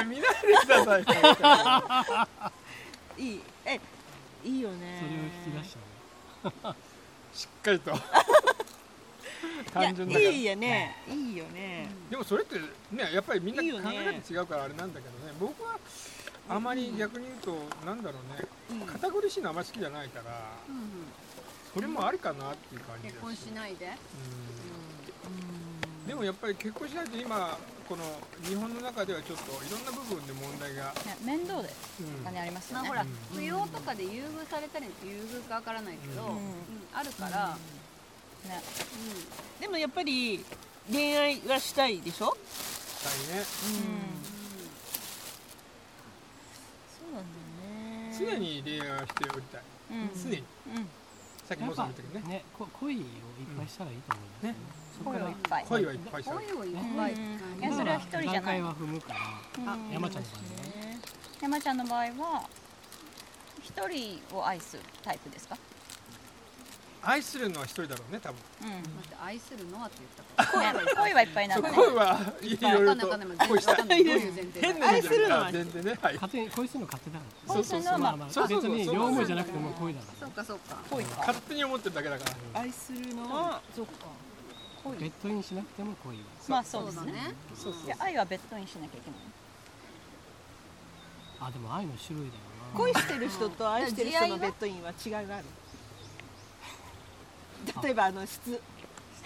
F: れ見ないでください
D: いいえいいよね
E: それを引き出したの
F: しっかりと単純だか
D: い
F: ら
D: やいいよねいいよね、
F: でもそれってねやっぱりみんない
D: い
F: 考
D: よね
F: え方違うからあれなんだけどね僕はあまり逆に言うとなんだろうね
D: うん
F: 堅苦しいのあんまり好きじゃないからそれもありかなっていう感じだ
G: 結婚しないで
F: うんでもやっぱり結婚しないと今この日本の中ではちょっといろんな部分で問題が、
B: 面倒で
F: うん
B: あります
G: まあほ
B: ね
G: ら
F: うん
G: 扶養とかで優遇されたり優遇かわからないけど、
F: うん
G: うんあるから、
D: でもやっぱり恋愛がしたいでしょ
F: したいね
D: そうなん
F: 常に恋愛はしておりたい常にさっき
E: や
F: も
E: っ
F: そう
E: ぱ
F: 言ったけどね
E: ね、こ恋をいっぱいしたらいいと思うよ
F: ね
E: そこから
B: いっぱい
F: 恋はいっぱいしたい
C: 恋をいっぱい
B: いやそれは一人じゃない
E: 段階は踏むから、
B: あ
E: 山ちゃんの場合はね。
B: 山ちゃんの場合は一人を愛すタイプですか、
F: 愛するのは一人だろうね多分
B: うん
C: 待って愛するのはって言ったから
B: 恋恋はいっぱいな
F: そ
B: の
F: う
B: ね
F: 恋はいろいろ
C: 分
F: と
C: かんない分かんない
F: 恋した
C: わかんないどういう前提
F: 変
C: だ
F: な意味じ
D: 愛す
F: ゃないから
D: るのは
F: 全然ねはい
E: 勝手に恋するの勝手だから。
B: そうそうそう
E: まあま
F: そ
E: あ
F: うそう
E: 別
F: そう
E: に両思いじゃなくても恋だか
C: そうかそうか
D: 恋か
F: 勝手に思ってるだけだから
D: 愛するのは
C: そうか。
E: ら。ベッドインしなくても恋は。
B: まあそう
C: そう
B: です
C: だ
B: ね
C: ね。
F: そうそう
B: じゃあ愛はベッドインしなきゃいけない
E: あでも愛の種類だよな。
D: 恋してる人と愛してる人のベッドインは違いがある 例えばあの質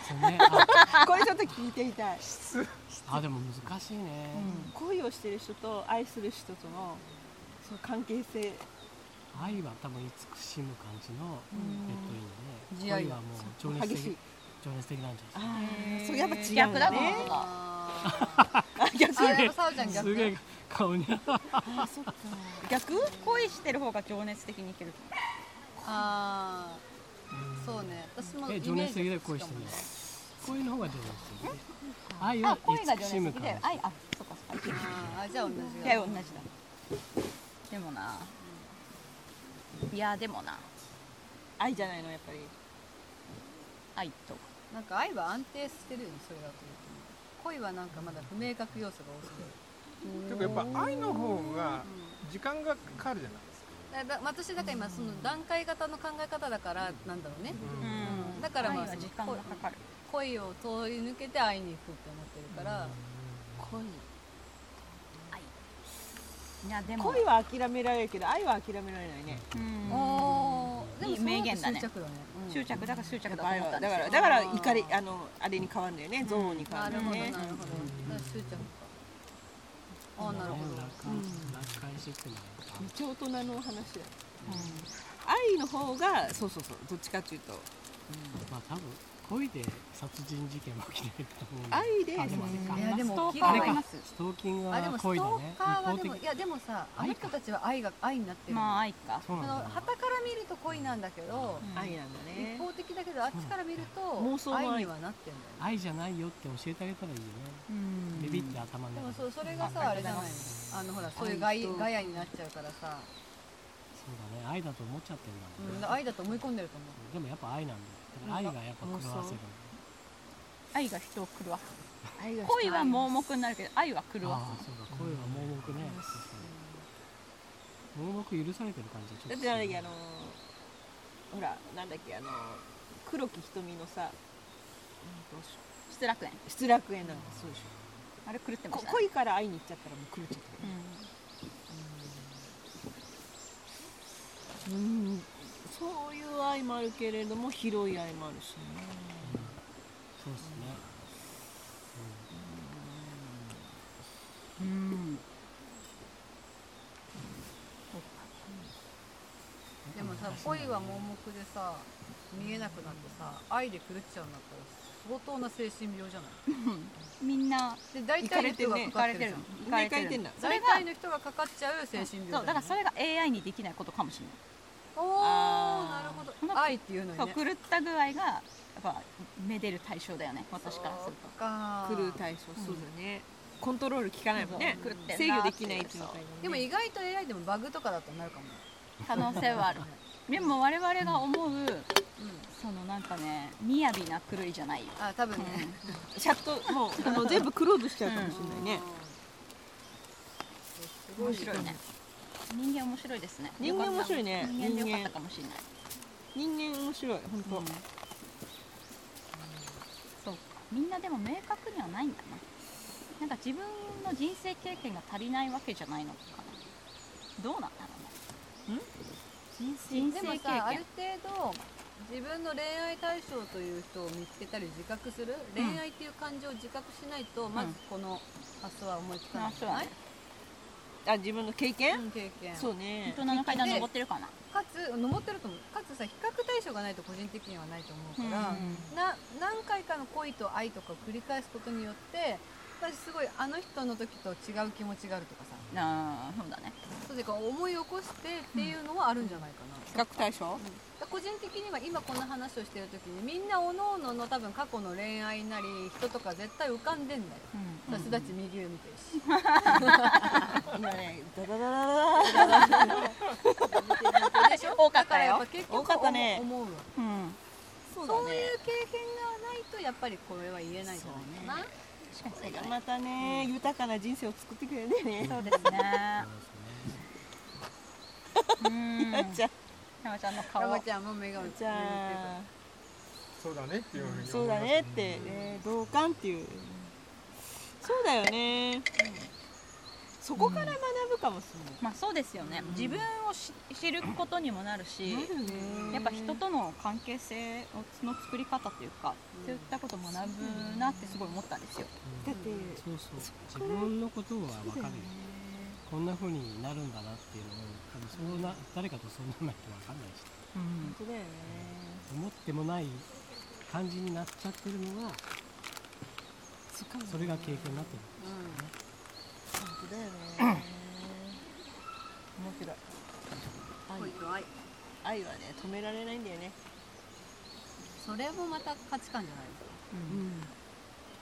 E: そうね。あ
D: これちょっと聞いてみたい
E: あでも難しいね。
D: 恋をしてる人と愛する人とのその関係性
E: 愛は多分慈しむ感じのベ
C: 慈
E: ッドインで、
C: 愛
E: 恋はもう情熱
D: 激し
E: 的
D: い
E: 情熱的なんじゃない
D: あ
B: へー
D: あそうやっぱ違うん
B: 逆だ
D: だ
B: と思
D: ね
B: う
C: あ
D: あ逆
C: ーあ、やっぱさおちゃん
E: ですか。
C: 逆
E: すげえ顔に。
D: あそっか
B: 逆恋してる方が情熱的にいける
C: ああ、そうね。私も
E: え
C: イ
E: 情
C: メー
E: 熱
C: ジ
E: 的で恋してるの。恋の方が情熱的で。愛
B: あ
E: は
B: 恋が情
E: 慈
B: 熱
E: しむ
B: 的
E: 感
B: で愛あそっかそっか
C: あーあ、じゃあ同
B: い
C: じ
B: や
C: だ。
B: 同じだでもないやでもな
D: 愛じゃないのやっぱり
B: 愛と
C: なんか愛は安定してるよね。それだと。恋はなんかまだ不明確要素が多すぎる。
F: でもやっぱ愛の方が時間がかかるじゃない
C: だだ私だから今その段階型の考え方だからなんだろうね。
B: うん
C: だからまあ
B: 愛は時間がかかる
C: 恋を通り抜けて会いに行くって思ってるから。
D: 恋
B: いやでも
D: 恋は諦められるけど愛は諦められないね
B: うん
C: おー
B: いい名言だね
C: でもそうなると執
B: 執
C: 着
B: 着だから執着だと
D: 愛
B: 思っ
D: は
B: たんで
D: だ
B: す
D: か
B: よ
D: らだから怒りあのあれに変わるんだよね憎悪に変
C: だ
D: わ
C: ね。なるほ
D: るん
C: どな
D: だよ
C: る
D: ね
C: ほど。だから執着か。ああなるほど。
E: 奪還していくのが
D: めっちゃ大人のお話だよ、愛の方がそうそうそうどっちかっていうと
E: まあ多分恋で殺人事件は起きてると思うん
D: 愛で
E: あでもあれ
C: い
E: か
C: やでも
B: ストー
C: 起き
B: カー
C: る
B: は
C: わ
B: い
C: よ
B: ます
E: ストーキング
C: あでも
E: は
C: スト
E: 恋だね
C: ーカーはでも、
E: 一
C: いやでもさあ
E: 愛
C: の
E: か
C: 人たちは愛が愛になってるの、
B: まあ愛か
E: そ
C: そ
E: うなん
C: の
E: だ
C: 旗から見ると恋なんだけど、
B: うん
D: 愛なんだね
C: 一方的だけどあっちから見る
D: うん妄
C: と
D: 想の愛
C: 愛にはなってるんだよね、
E: 愛じゃないよって教えてあげたらいいよね、
B: うん
E: ビビって頭の
C: で
E: 中
C: も
E: そ
C: そううそれがさあれじゃないのあのほらそういう
D: 愛
C: 害
D: と
C: 害愛になっちゃうからさ、
E: だね愛だと思っちゃってる
C: うんん
E: だもん
C: 愛
E: ね、
C: だと思い込んでると思
E: でもやっぱ愛なんだよだから愛がやっぱ狂わせる
B: 愛が人を狂わす
D: 愛が
B: 恋は盲目になるけど愛は狂わ
E: ああそうだ恋は盲目ね、確かに盲目許されてる感じはち
D: だ
E: ょ
D: っ
E: ってと
D: あれあのほらなんだっけあの黒木瞳のさうんと
B: す失楽園
D: 失楽園なんかそうでし
B: あれ狂って
D: ょ
B: ま
D: こ
B: したね
D: 恋から会いに行っちゃったらもう狂っちゃっ
B: う
D: たうんそういう愛もあるけれども広い愛もあるしね
E: そうですね、
B: んうん
C: うでもさ恋は盲目でさ見えなくなってさ愛で狂っちゃうんだったら相当な精神病じゃない
B: みんな
C: で大体の人がか
D: イ
B: 行か
C: かっ
B: れ
C: て
B: て
C: る
B: る
C: じゃん
B: 行かれて
D: 書いてん
B: る
D: だ
B: それ
C: 大
B: が
C: 体の人がかかっちゃう精神病
B: そうだからそ
C: れ
B: れが AI にできないことかもしれない
C: お
D: あ
C: お
D: ー
C: なるほど
B: この
C: 愛っていうのに
B: そう
C: ね
B: 狂った具合がやっぱめでる対象だよね私からすると
C: そっか
D: 狂う対象そうだねコントロール効かないもんね
B: そう狂ってんなー
D: 制御できないっていう
B: そ
D: の
B: う
C: でも意外と AI でもバグとかだとなるかもね
B: 可能性はあるでも我々が思う
C: うん
B: そのなんかね雅な狂いじゃないよ
C: あ多分ね
D: チャットもうあの全部クローズしちゃうかもしれないね、
C: うん
B: 面白いね人間面白いですね
D: 人間面白いね
B: 人間でよかったかもしれない
D: 人間面白い本当、
B: うんそうかみんなでも明確にはないんだななんか自分の人生経験が足りないわけじゃないのかなどうなんだろうね人
C: で
B: 生
C: も
B: 経
C: さある
B: 験
C: 程度自分の恋愛対象という人を見つけたり自覚する、
B: うん
C: 恋愛っていう感情を自覚しないとまずこの発想は思いつかない
B: あそうだね
D: あ自分の経験、
C: うん経験
D: そうね
B: 大人の階段登ってるかな
C: かつ登ってると思うかつさ比較対象がないと個人的にはないと思うから、
B: うんうん
C: な何回回かの恋と愛とかを繰り返すことによって私すごいあの人の時と違う気持ちがあるとかさ
B: あーそうだね
C: そういうか思い起こしてっていうのはあるんじゃないかな、
D: 比較対象
C: だ個人的には今この話をしてる時にみんなおののの多分過去の恋愛なり人とか絶対浮かんでんだよ
B: うん
C: 私たち右上見てるし、
D: 今ねダダダダダ
C: でしょ
B: 多か
C: だ
B: っ
C: か
B: た
C: らやっ
B: よ
C: ぱ結
D: 多
C: 局
D: かったね
C: 思うわ
B: うん
D: そう
C: そう
D: だ
C: い
D: ね
C: う経験がないとやっぱりこれは言えないんじゃないかな、
B: 確かにそうだね
D: またね、豊かな人生を作ってくれるね
B: そうですねうん
D: やっちゃん
B: 山ちゃんの顔
C: ラマちゃんも目が落ち
D: じ
C: てるっていうか
D: ゃあ
F: そうだねっていうふうに思います
D: そうだねって、えー同感っていう、そうだよね、そこから学ぶかもし
B: まあそうですよね、自分をし知ることにもなるし、
D: れない、なるね
B: やっぱ人との関係性をの作り方というか、そういったことを学ぶなってすごい思ったんですよ。
D: だって
E: そうそう自分のことは分かるよこんな風になるんだなっていうのを多分そうな誰かとそうならないと分かんないし
D: 本当だよね
E: 思ってもない感じになっちゃってるのがそれが経験になってる
D: 本当だよね面白
C: 恋
D: い
C: と愛
D: 愛はね止められないんだよね、
C: それもまた価値観じゃないですか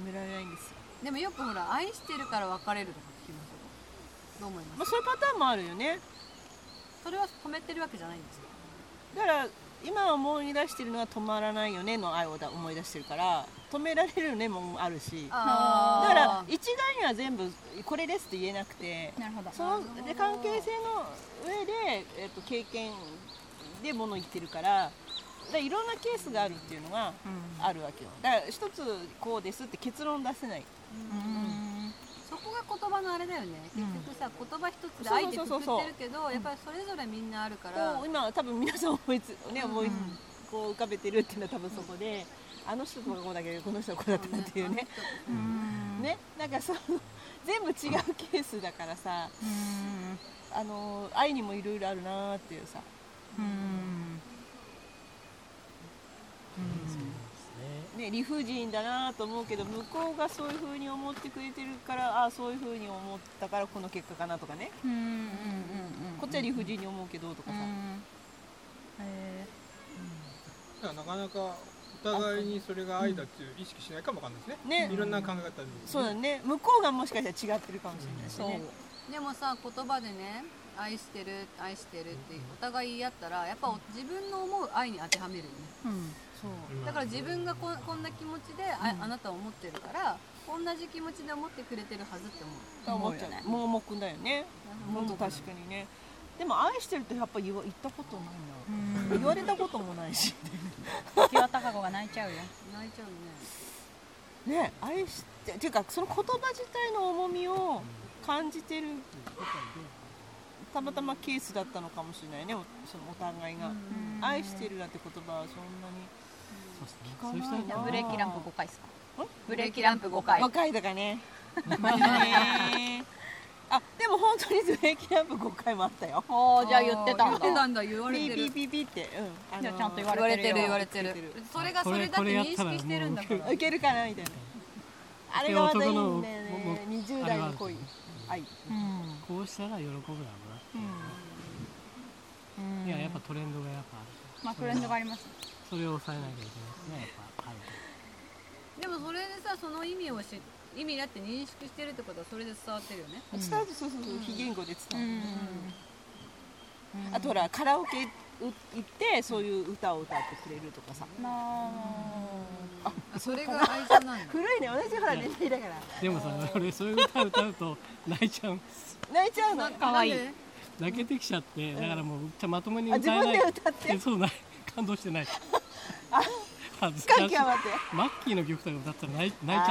D: 止められないんですよ
C: でもよくほら愛してるから別れるとか聞きますよどう思い
D: ま
C: ま
D: あ
C: す
D: そういうパターンもあるよね
C: それは止めてるわけじゃないんですか
D: だから今思い出してるのは止まらないよねの愛をだ思い出してるから止められるよねもあるしだ
B: あー
D: から一概には全部これですって言えなくて
B: なるほど。
D: そので関係性の上で、えっと、経験で物言ってるからでいろんなケースがあるっていうのがあるわけよだから一つこうですって結論出せない
C: そこが言葉のあれだよね結局さ、言葉一つで愛でくくってるけどやっぱりそれぞれみんなあるから、
D: こう今多分皆さん思いつ、ね思いこう浮かべてるっていうのは多分そこで、あの人とはこうだけどこの人はこうだったっていうねねなんかその全部違うケースだからさあの愛にもいろいろあるなーっていうさね、理不尽だなと思うけど向こうがそういう風に思ってくれてるからああそういう風に思ったからこの結果かなとかね、こっちは理不尽に思うけどとかさ、
F: だからなかなかお互いにそれが愛だっていう意識しないかもわかんないですね
D: ね
F: いろんな考え方で、
D: そうだね向こうがもしかしたら違ってるかもしれないしね、
C: でもさ言葉でね愛してる愛してるってお互い言い合ったらやっぱお自分の思う愛に当てはめるよねだから自分がこんこんな気持ちであ,、あなたを思ってるから同じ気持ちで思ってくれてるはずって思う
D: と思っちゃう盲目だよね本当確かにねでも愛してるってやっぱ言わ言ったことないな言われたこともな いし
B: キワタカゴが泣いちゃうよ。
C: 泣いちゃうね
D: ね愛してっていうかその言葉自体の重みを感じてるたまたまケースだったのかもしれないねおそのお互いが「愛してる」なんて言葉はそんなに
E: そうですね
D: 聞かないな
E: そういう人
B: ブレーキランプ5回ですか
D: ん。
B: ブレーキランプ5回。
D: 若いだからねねあでも本当にブレーキランプ5回もあったよ
B: おおじゃあ言ってたん
C: 言ってた
B: だ。
C: んだ言わ
D: ピ
C: れて
D: ー
C: る
D: ピーピーピーって、うんあの
B: じゃあちゃんと
C: 言
B: 言わ
C: わ
B: れ
C: れ
B: て
C: て
B: る
C: る言われ
B: よ。
C: てる
D: 言われて
C: それが
E: こ
C: そ
E: れ
C: れだって
E: これや
C: 認
E: ったら
C: 識してるんだか
E: も
C: ら
D: いけるかなみたいなあれがまたいいんだよね
E: 男のも
D: 20代の恋愛
B: うん
E: こうしたら喜ぶだろうな、いややっぱトレンドがやっぱ
B: まあトレンドがあります。
E: それを抑えなきゃいけないですねやっぱ、はい、
C: でもそれでさその意味をし意味だって認識してるってことはそれで伝わってるよね
D: 伝わるそうそうそう非言語で
B: う
D: 伝わ
B: ん。
D: るあとほらカラオケう行ってそういう歌を歌ってくれるとかさ
C: あそれが愛情なんだ
D: 古いね同じほら年代だから
E: でもさ俺そういう歌歌うと泣いちゃうんです
D: 泣いちゃうの
B: かわいい
C: なんで
E: 泣けてきちゃってだからもうじゃまともに
D: あ
E: 歌
D: 自分
E: えない
D: で歌って
E: えそうない感動してない恥ずか
D: 感
E: しい
D: 極まって
E: マッキーの曲とか歌ったら泣い泣いちゃってだ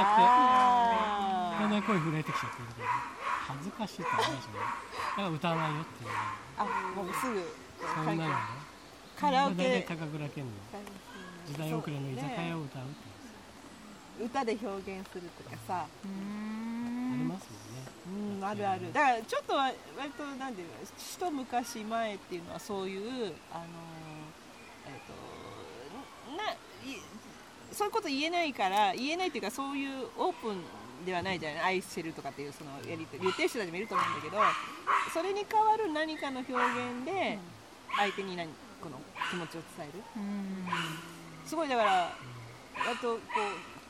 E: ん
D: あ
E: だん声震えてきちゃってるから恥ずかしいって話ねだから歌わないよっていうね
D: ーあもうすぐ
E: そん
D: 関係
E: なのね
D: カラオ
E: 大体
D: ケ
E: 高倉健の時代遅れの居酒屋を歌うって
D: 歌で表現するとかさ
E: ありますも
D: う
E: んね
D: んあるあるだからちょっとわ割となんていうの一昔前っていうのはそういうあのーえっ、とないそういうこと言えないから言えないっていうかそういうオープンではないじゃない愛してるとかっていうそのやりとり言ってる人たちもいると思うんだけどそれに代わる何かの表現で相手に何この気持ちを伝えるすごいだからあとこう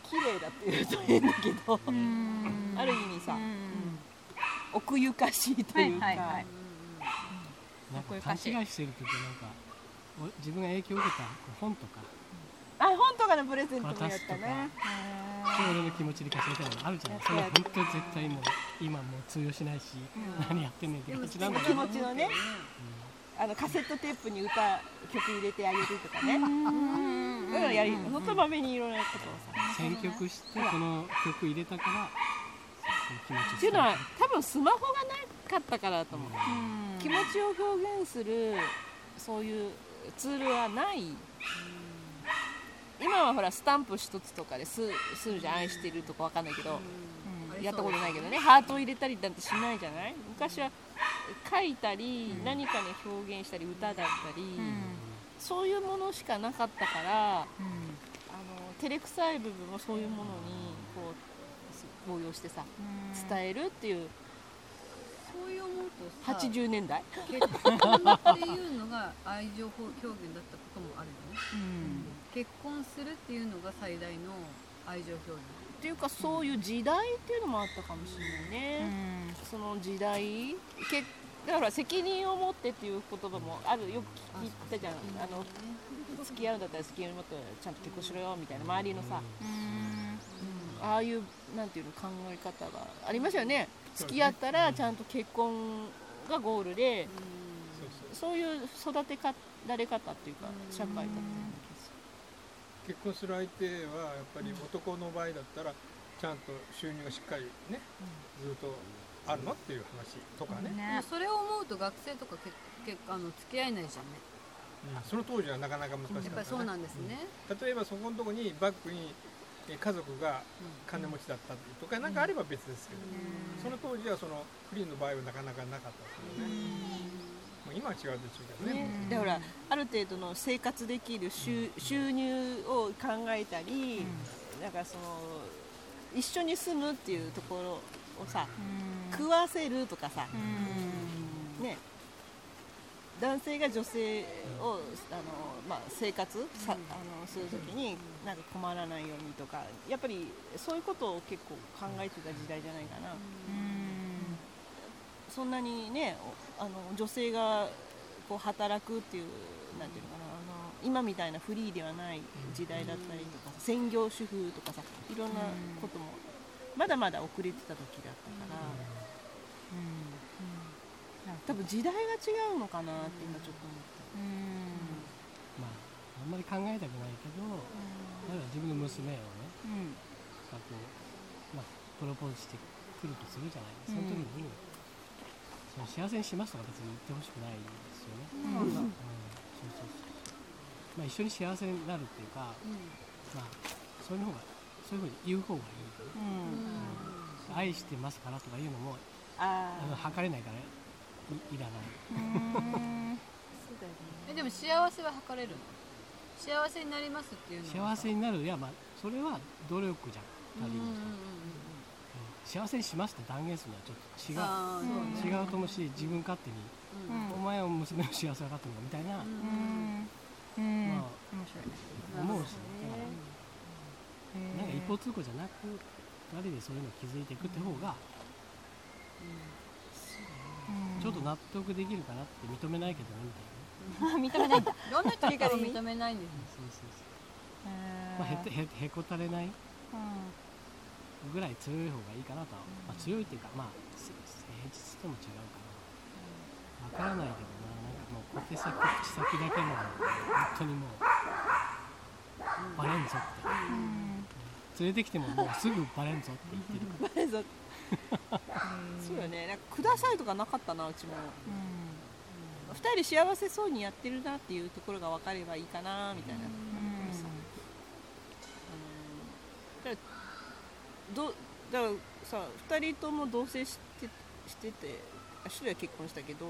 D: 綺麗だっていうと変だけどある意味さ奥ゆかしいというか、
B: はいはいはい
E: なんか勘違いしてる時なんかお自分が影響を受けた本とか
D: あ本とかのプレゼントもやったね
E: 私とか俺の気持ちで貸してみたいなのあるじゃない
D: や
E: そ
D: っぱ
E: れは
D: やっ
E: 本当に絶対もう今もう通用しないし、何やってんねんって感じなんだけ
D: 気
E: ど
D: 持ちのねあのカセットテープに歌曲入れてあげるとかねそういうのやり本当まめにいろんなことをさ
E: 選曲してこの曲入れたからその気持
D: っ
E: ち
D: てい
E: を
D: うのは多分スマホがなかったからだと思う気持ちを表現するそういうツールはない今はほらスタンプ一つとかですするじゃん愛してるとかわかんないけどやったことないけどねハートを入れたりなんてしないじゃない昔は書いたり何かに表現したり歌だったり、そういうものしかなかったから、あの照れくさい部分もそういうものにこう応用してさ伝えるっていう
C: そういう思うとさ
D: 80年代
C: 結婚っていうのが愛情表現だったこともあるよね結婚するっていうのが最大の愛情表現
D: っていうかそういう時代っていうのもあったかもしれないね、その時代けだから責任を持ってっていう言葉もあるよく聞いたじゃんあの付き合うんだったら付き合い持ってちゃんと結婚しろよみたいな周りのさ、ああいうなんていうの考え方がありましたよね
F: そう
D: 付き
F: ですね
D: 合ったらちゃんと結婚がゴールで、
F: そうそう
D: そういう育てかられ方っていうか社会だったような気がする
F: 結婚する相手はやっぱり男の場合だったらちゃんと収入がしっかりね、ずっとあるのっていう話とかね、
C: でもそれを思うと学生とかけけあの付き合えないじゃんね
F: うんその当時はなかなか難しかった、ね
C: やっぱりそうなんですね、
F: 例えばそこのとこにバックにえ家族が金持ちだったとか何かあれば別ですけど、その当時はそのフリーの場合はなかなかなかったですよね、まあ今は違うでしょうけどね
D: ね、だからある程度の生活できる収収入を考えたり、なんかその一緒に住むっていうところをさ、食わせるとかさ、ね、男性が女性をあの、まあ、生活さ、あのするときになんか困らないようにとかやっぱりそういうことを結構考えてた時代じゃないかな。そんなにねおあの女性がこう働くっていうなんていうのかなあの今みたいなフリーではない時代だったりとか、専業主婦とかさいろんなこともまだまだ遅れてた時だったから、うん多分時代が違うのかなって今ちょっと思った。
E: まああんまり考えたくないけど例えば自分の娘をねがこう、まあ、プロポーズしてくるとするじゃないその時に、その幸せにしますとか別に言ってほしくないですよね、うんそうそうそうまあ、一緒に幸せになるっていうか、まあそういう方がそういうふうに言う方がいい、愛してますからとか言うのも
D: あ
E: あの測れないからいいらない
C: えでも幸せは測れるの幸せになりますっていうのは
E: 幸
C: さ
E: せになるいやまあそれは努力じゃん、
C: うんうんうんうん
E: 幸せにしますって断言するのはちょっ
C: あーそうね
E: と違う違うと思うし自分勝手に、お前は娘の幸せ分かってるのかみたいな、まあ思うし、なんか一方通行じゃなく二人でそういうのを気づいていくって方が、ちょっと納得できるかなって認めないけどねみたいなね
C: どんな人かを認めないんですよ
E: そうそうそう、まあ、へてへへこたれないぐらい強い方がいいかなとは、まあ、強いっていうかまあせ平日とも違うかなわからないけどななんかもう小手先口先だけの本当にもうバレんぞって、連れてきてももうすぐバレんぞって言ってるから
D: あ、 バレザ。そうよね。なんかくださいとかなかったなうちも。二人で幸せそうにやってるなっていうところが分かればいいかなみたいな。あのだからどだからさ2人とも同棲してしててあ一人は結婚したけど、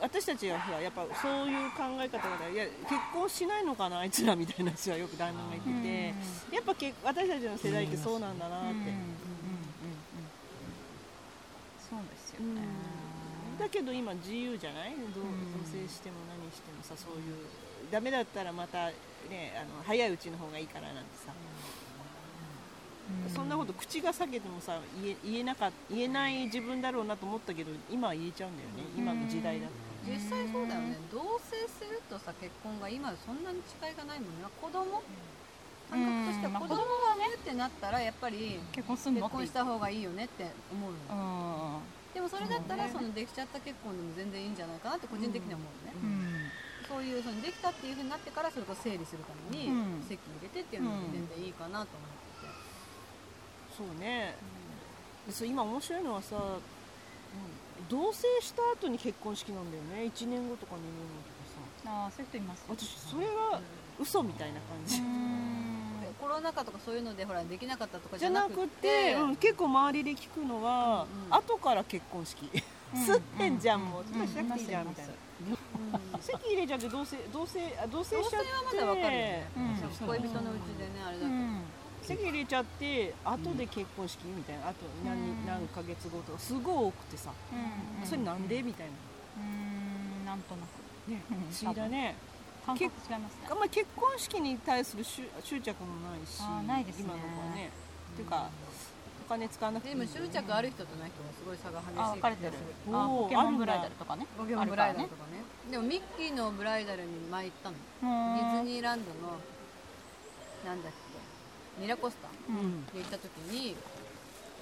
D: 私たちはほらやっぱそういう考え方がいや結婚しないのかなあいつらみたいな人はよく旦那が言ってて、やっぱ結私たちの世代ってそうなんだなって、
B: うんうんうんそうですよね、
D: だけど今自由じゃないどう
B: うん
D: 同棲しても何してもさそういうダメだったらまたねあの早いうちの方がいいからなんてさ、
B: う
D: そんなこと口が裂けてもさ言え言えなか言えない自分だろうなと思ったけど今は言えちゃうんだよね今の時代だと、
C: 実際そうだよね同棲するとさ結婚が今そんなに違いがないもんね子供感覚としては
B: うん
C: 子供が産めるってなったらやっぱり
B: 結婚すんの
C: 結婚した方がいいよねって思うよね
B: うん
C: でもそれだったら
B: そ
C: そのできちゃった結婚でも全然いいんじゃないかなって個人的には思うね、
B: うん
C: そういうそのできたっていうふうになってからそれこそ整理するために
B: うん
C: 籍入れてっていうのも全然いいかなと思ってて、
D: そうね、でそう今面白いのはさ、うん同棲した後に結婚式なんだよね1年後とか2年
B: ああそういう人います
D: 後とかさ私それは嘘みたいな感じ、
C: でコロナ禍とかそういうのでほらできなかったとかじ
D: じ
C: ゃ
D: ゃ
C: な
D: な
C: く
D: く
C: て
D: て、うん、結構周りで聞くのは、
C: うんうん
D: 後から結婚式吸ってんじゃんもう、
B: うんうん
D: しなくていいじゃんみたいな、席入れちゃって同棲同棲あ同棲しちゃ
C: 同
D: って
C: 棲はまだわかるよね、
B: うん
C: そう恋人のうちでねあれだけ
B: う
C: ど、
B: ん
D: 席入れちゃって後で結婚式みたいなあと
B: う
D: 何,、
B: ん
D: 何ヶ月後とかすごい多くてさ、
B: うん
D: それなんでみたいな
B: うんなんとなく
D: ね
B: うん
D: 不思議だね
B: 感覚違いますね
D: あんまり結婚式に対する執執着もないし
B: あーないですね
D: 今の子はねっていうかお金使わなくて
C: で
D: いい
C: も執着ある人とない人もすごい差が激しい気が
B: あ
C: す
B: 分かれてる
D: おー
B: あポケモンブライダルとかね
C: ポケモンブライダルとかねでもミッキーのブライダルに前行ったの
B: デ
C: ディズニーランドのなんだっけミラコスタ
D: うん、
C: で行った時に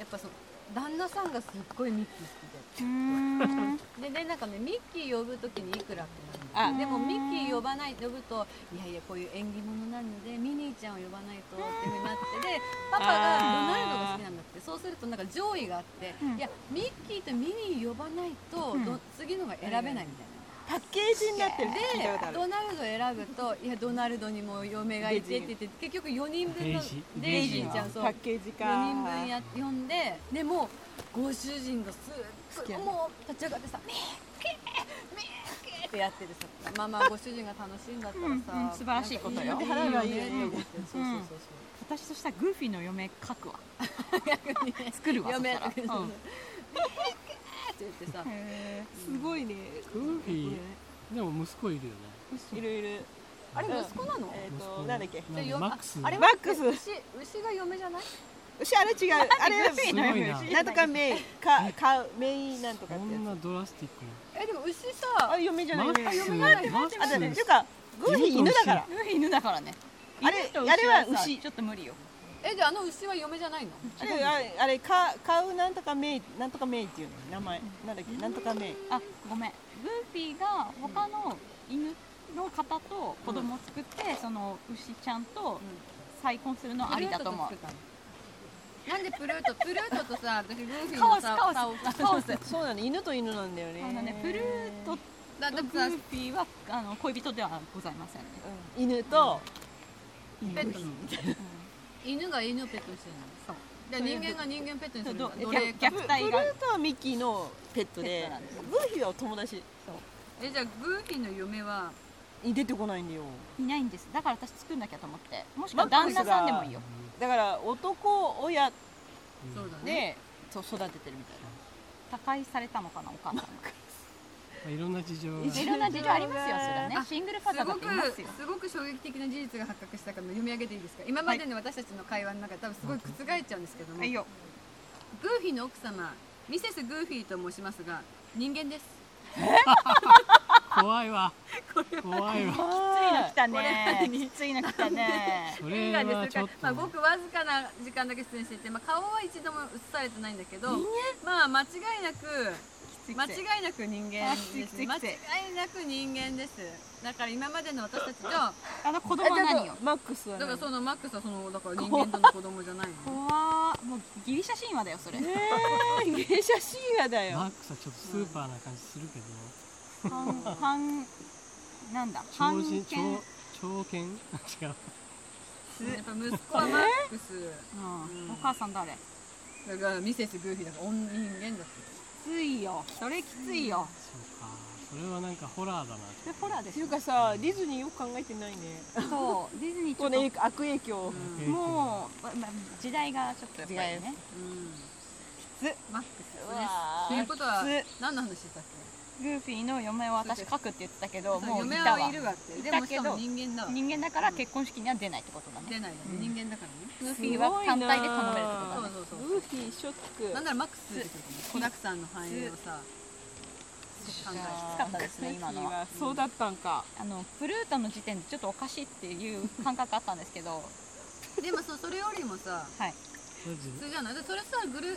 C: やっぱその旦那さんがすっごいミッキー好
B: うん
C: きでででなんかねミッキー呼ぶ時にいくらってな
D: あ
C: るでもミッキー呼ばない呼ぶといやいやこういう縁起物なのでミニーちゃんを呼ばないとっていうふうになってでパパがロナルドが好きなんだってそうするとなんか上位があって、
B: うん
C: いやミッキーとミニー呼ばないとど、
B: うん
C: 次のが選べないみたいな。
D: パッケージになってるって聞い
C: で
D: たことある
C: ドナルド選ぶと「いやドナルドにも嫁がいて」って言って結局4人分の
E: デイジー
C: デイジーちゃん
D: パ
C: そう
D: ッ
C: 4
D: ケージか
C: 人分や呼んででもうご主人がすっ
D: き
C: ご
D: や
C: い
D: ね
C: もう立ち上がってさ「ミッキーミッキー」ってやってるさまあまあご主人が楽しいんだったら
B: うんうん
C: さ
B: 素晴らしいことよ
C: なんかいいよねって思って そう
B: うん
C: そうそう
B: 私としたらグーフィーの嫁書くわ
C: そう逆に
B: 作るわ
C: 嫁
B: そ
C: やって
B: したらうん
C: 言ってさ
B: へ
D: すごいね
E: グーフィーでも息子いるよね
D: いるいる
C: あれ息子なの
D: えっ、
E: 息子
D: となんだっけ
E: なんだ
C: よ
E: マックス
C: あれ
D: マ
C: は
D: ックス
C: 牛牛が嫁じゃない
D: 牛あれ違うあれ
E: すごい
D: な
E: な
D: んとかメイかかメイなんとか
E: こ
D: ってや
E: ん
D: つ
E: なドラスティックな
C: えでも牛さ
D: あ嫁じゃな
E: マ
D: い
E: ッ
D: 嫁
E: クスマ
D: あだね
E: ック
D: てい
E: ス
D: うかグーフィー犬だから
B: グーフィー犬だからね
D: あれ
B: 犬と牛
D: あれは
B: さ
D: 牛
B: ちょっと無理よ
C: えじゃああの牛は嫁じゃないの
D: あれあれあれか買うなんとかメイなんとかメイっていうの名前なんだっけなんとかメイ
B: あごめんグーフィーが他の犬の方と子供を作って、その牛ちゃんと再婚するのはありだと思う
C: プルート作ったのなんでプルートプルートとさ私グーフィー
B: カオ
C: の
B: ス
C: さ
B: カオス
C: さを
B: カオス
D: そうなの犬と犬なんだよね
B: あのねプルート
C: だだ
B: と
C: っ
B: グ
C: てさ
B: ーフィーはあの恋人ではございませんね
D: うん犬と
C: ペットなの犬が犬をペットにしてるの
B: そう
C: で人間が人間ペットにするの
B: ど
C: か
B: ど
C: 奴隷
B: 虐
C: か
D: プ
B: 虐
D: ル
B: 待が
D: ートはミッキーのペット
B: ペッ
D: で
B: トなんです
D: グーフィーはお友達
C: えじゃあグーフィーの嫁は
D: に出てこないんだよ
B: いないんですだから私作んなきゃと思ってもしくは旦那さんでもいいよ
D: だから男親
C: そうだね
D: でそう育ててるみたいな
B: 他界されたのかなお母さんが
E: まあいろんな事情が
B: いろんな事情ありますよそれはねシングルファ
C: す
B: ザーだ
C: ご
B: ってい
C: く
B: ますよ
C: すごく衝撃的な事実が発覚したから読み上げていいですか今までの私たちの会話の中で多分すごい覆っちゃうんですけども、
B: はいよ
C: グーフィーの奥様ミセスグーフィーと申しますが人間です
E: 怖いわ怖いわ
B: ついの来た
C: これ
B: ね ついの来た ね
E: そ
C: 映
E: れ
C: 画で
E: は
C: す
E: ちょ
C: か
E: っと
C: まあ、ごくわずかな時間だけ出演していて、まあ、顔は一度も映されてないんだけど、まあ、間違いなく間違いなく人間
B: あ
C: で
B: きついき
C: す
B: つい
C: 間
B: き
C: 違
B: つい
C: いなく人間ですだから今までの私たちとだ
B: あの子供は何よ
D: マックスは
C: か
D: 何
C: らそのマックスはそのだから人間との子供じゃないの
B: 怖っもうギリシャ神話だよそれ
D: ねえ芸者神話だよ
E: マックスはちょっとスーパーな感じするけど
B: 半半なんだ半
E: 超人
B: 犬うん
E: 超超犬違う
C: やっぱ息子はマックス
B: お母さん誰き
C: だからミセスグーフィーだから人間だって
B: ついよそれきついよ
E: そうかそそれはなんかホラーだな
B: それホラーで
D: て
B: す
D: い
B: よ
D: うかさディズニーよく考えてないね
B: そうディズニーちょ
D: こ
B: っと
D: の悪影響
E: うん
B: もう、まま時代がちょっとやっぱりね
C: マックスです
B: う
C: ね
B: わ
C: とい
B: ー
C: うことは何の話してたっ
B: グーフィーの嫁を私書くって言ってたけど
C: け
B: もうい
C: 嫁
B: たわ
C: はいるわってでもしかも人間だわ
B: 人間だから結婚式には出ないってことだ
C: 出
B: ね
C: ないだね人間だから
B: グ
C: ね
B: ーフィーは単体で頼めるっ
C: そ
B: て
C: う
B: ことだね
C: そうそう
D: ルーフィーショッ
C: な
D: ク
C: んならマックス出てくるかも子だくさんの繁栄をさ考え
B: きつ
C: て
B: かったですね今のは
D: はそうだったんか
B: あのプルートの時点でちょっとおかしいっていう感覚あったんですけど
C: でもそうそれよりもさ
B: はい
E: それ自
C: 普通じゃないでそれさグルグー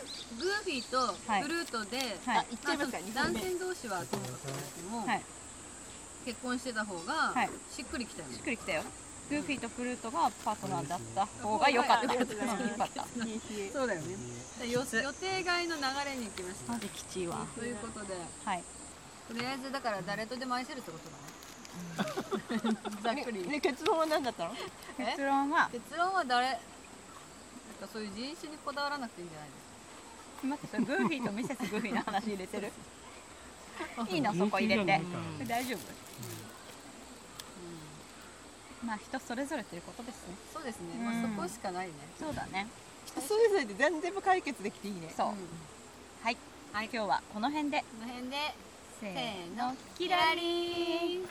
C: フィーと
B: はい
C: フルートで、
B: はい
D: 言っちゃいますか二
C: 男
D: 本目
C: 性同士はともかくとしても、
B: はい
C: 結婚してた方が、
B: はい
C: しっくりきたよね
B: しっくりきたよグーフィーとプルートがパートナーだった方が良かった
D: う
B: 良
D: ん
B: かった
D: 冷え冷え
C: そうだよね予予定外の流れに行きました
B: マジきちいわ
C: ということで
B: はい
C: とりあえずだから誰とでも愛せるってこと だねざっくり
D: ね結論は何だったの
C: え
B: 結論は
C: 結論は誰なんかそういう人種にこだわらなくていいんじゃないです
B: 待ってそれグーフィーとミセスグーフィーの話入れてるいい
E: 分
B: のそこ入れ
E: 人気がな
B: て
E: んか
B: 大丈夫まあ人それぞれということですね
C: かそうですね、
B: うん
C: まあ、そこしかないね
B: そうだね
D: 人それぞれで全然解決できていいね
B: そう
C: うん
B: はい、はい、今日はこの辺で
C: この辺で
B: せ
C: せー
B: ー
C: の
B: キラリ
C: リン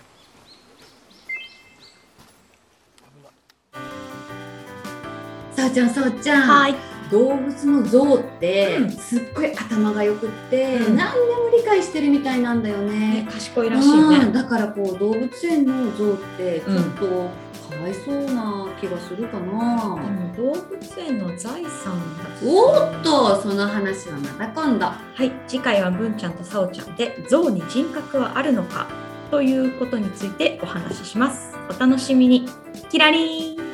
H: さあちゃんさあちゃん、
A: はい。
H: 動物の像って、
A: うん
H: すっごい頭がよくって、
A: うん
H: 何でも理解してるみたいなんだよ
A: ね
H: ね。
A: 賢いらしいね
H: う。んだからこう動物園の像ってち
A: う
H: ょ
A: ん
H: っとかわいそうな気がするかな、
A: でも動物園の財産だ
H: おっとその話はまた今度
A: はい、次回は文ちゃんとさおちゃんで象に人格はあるのかということについてお話しします。お楽しみに。キラリン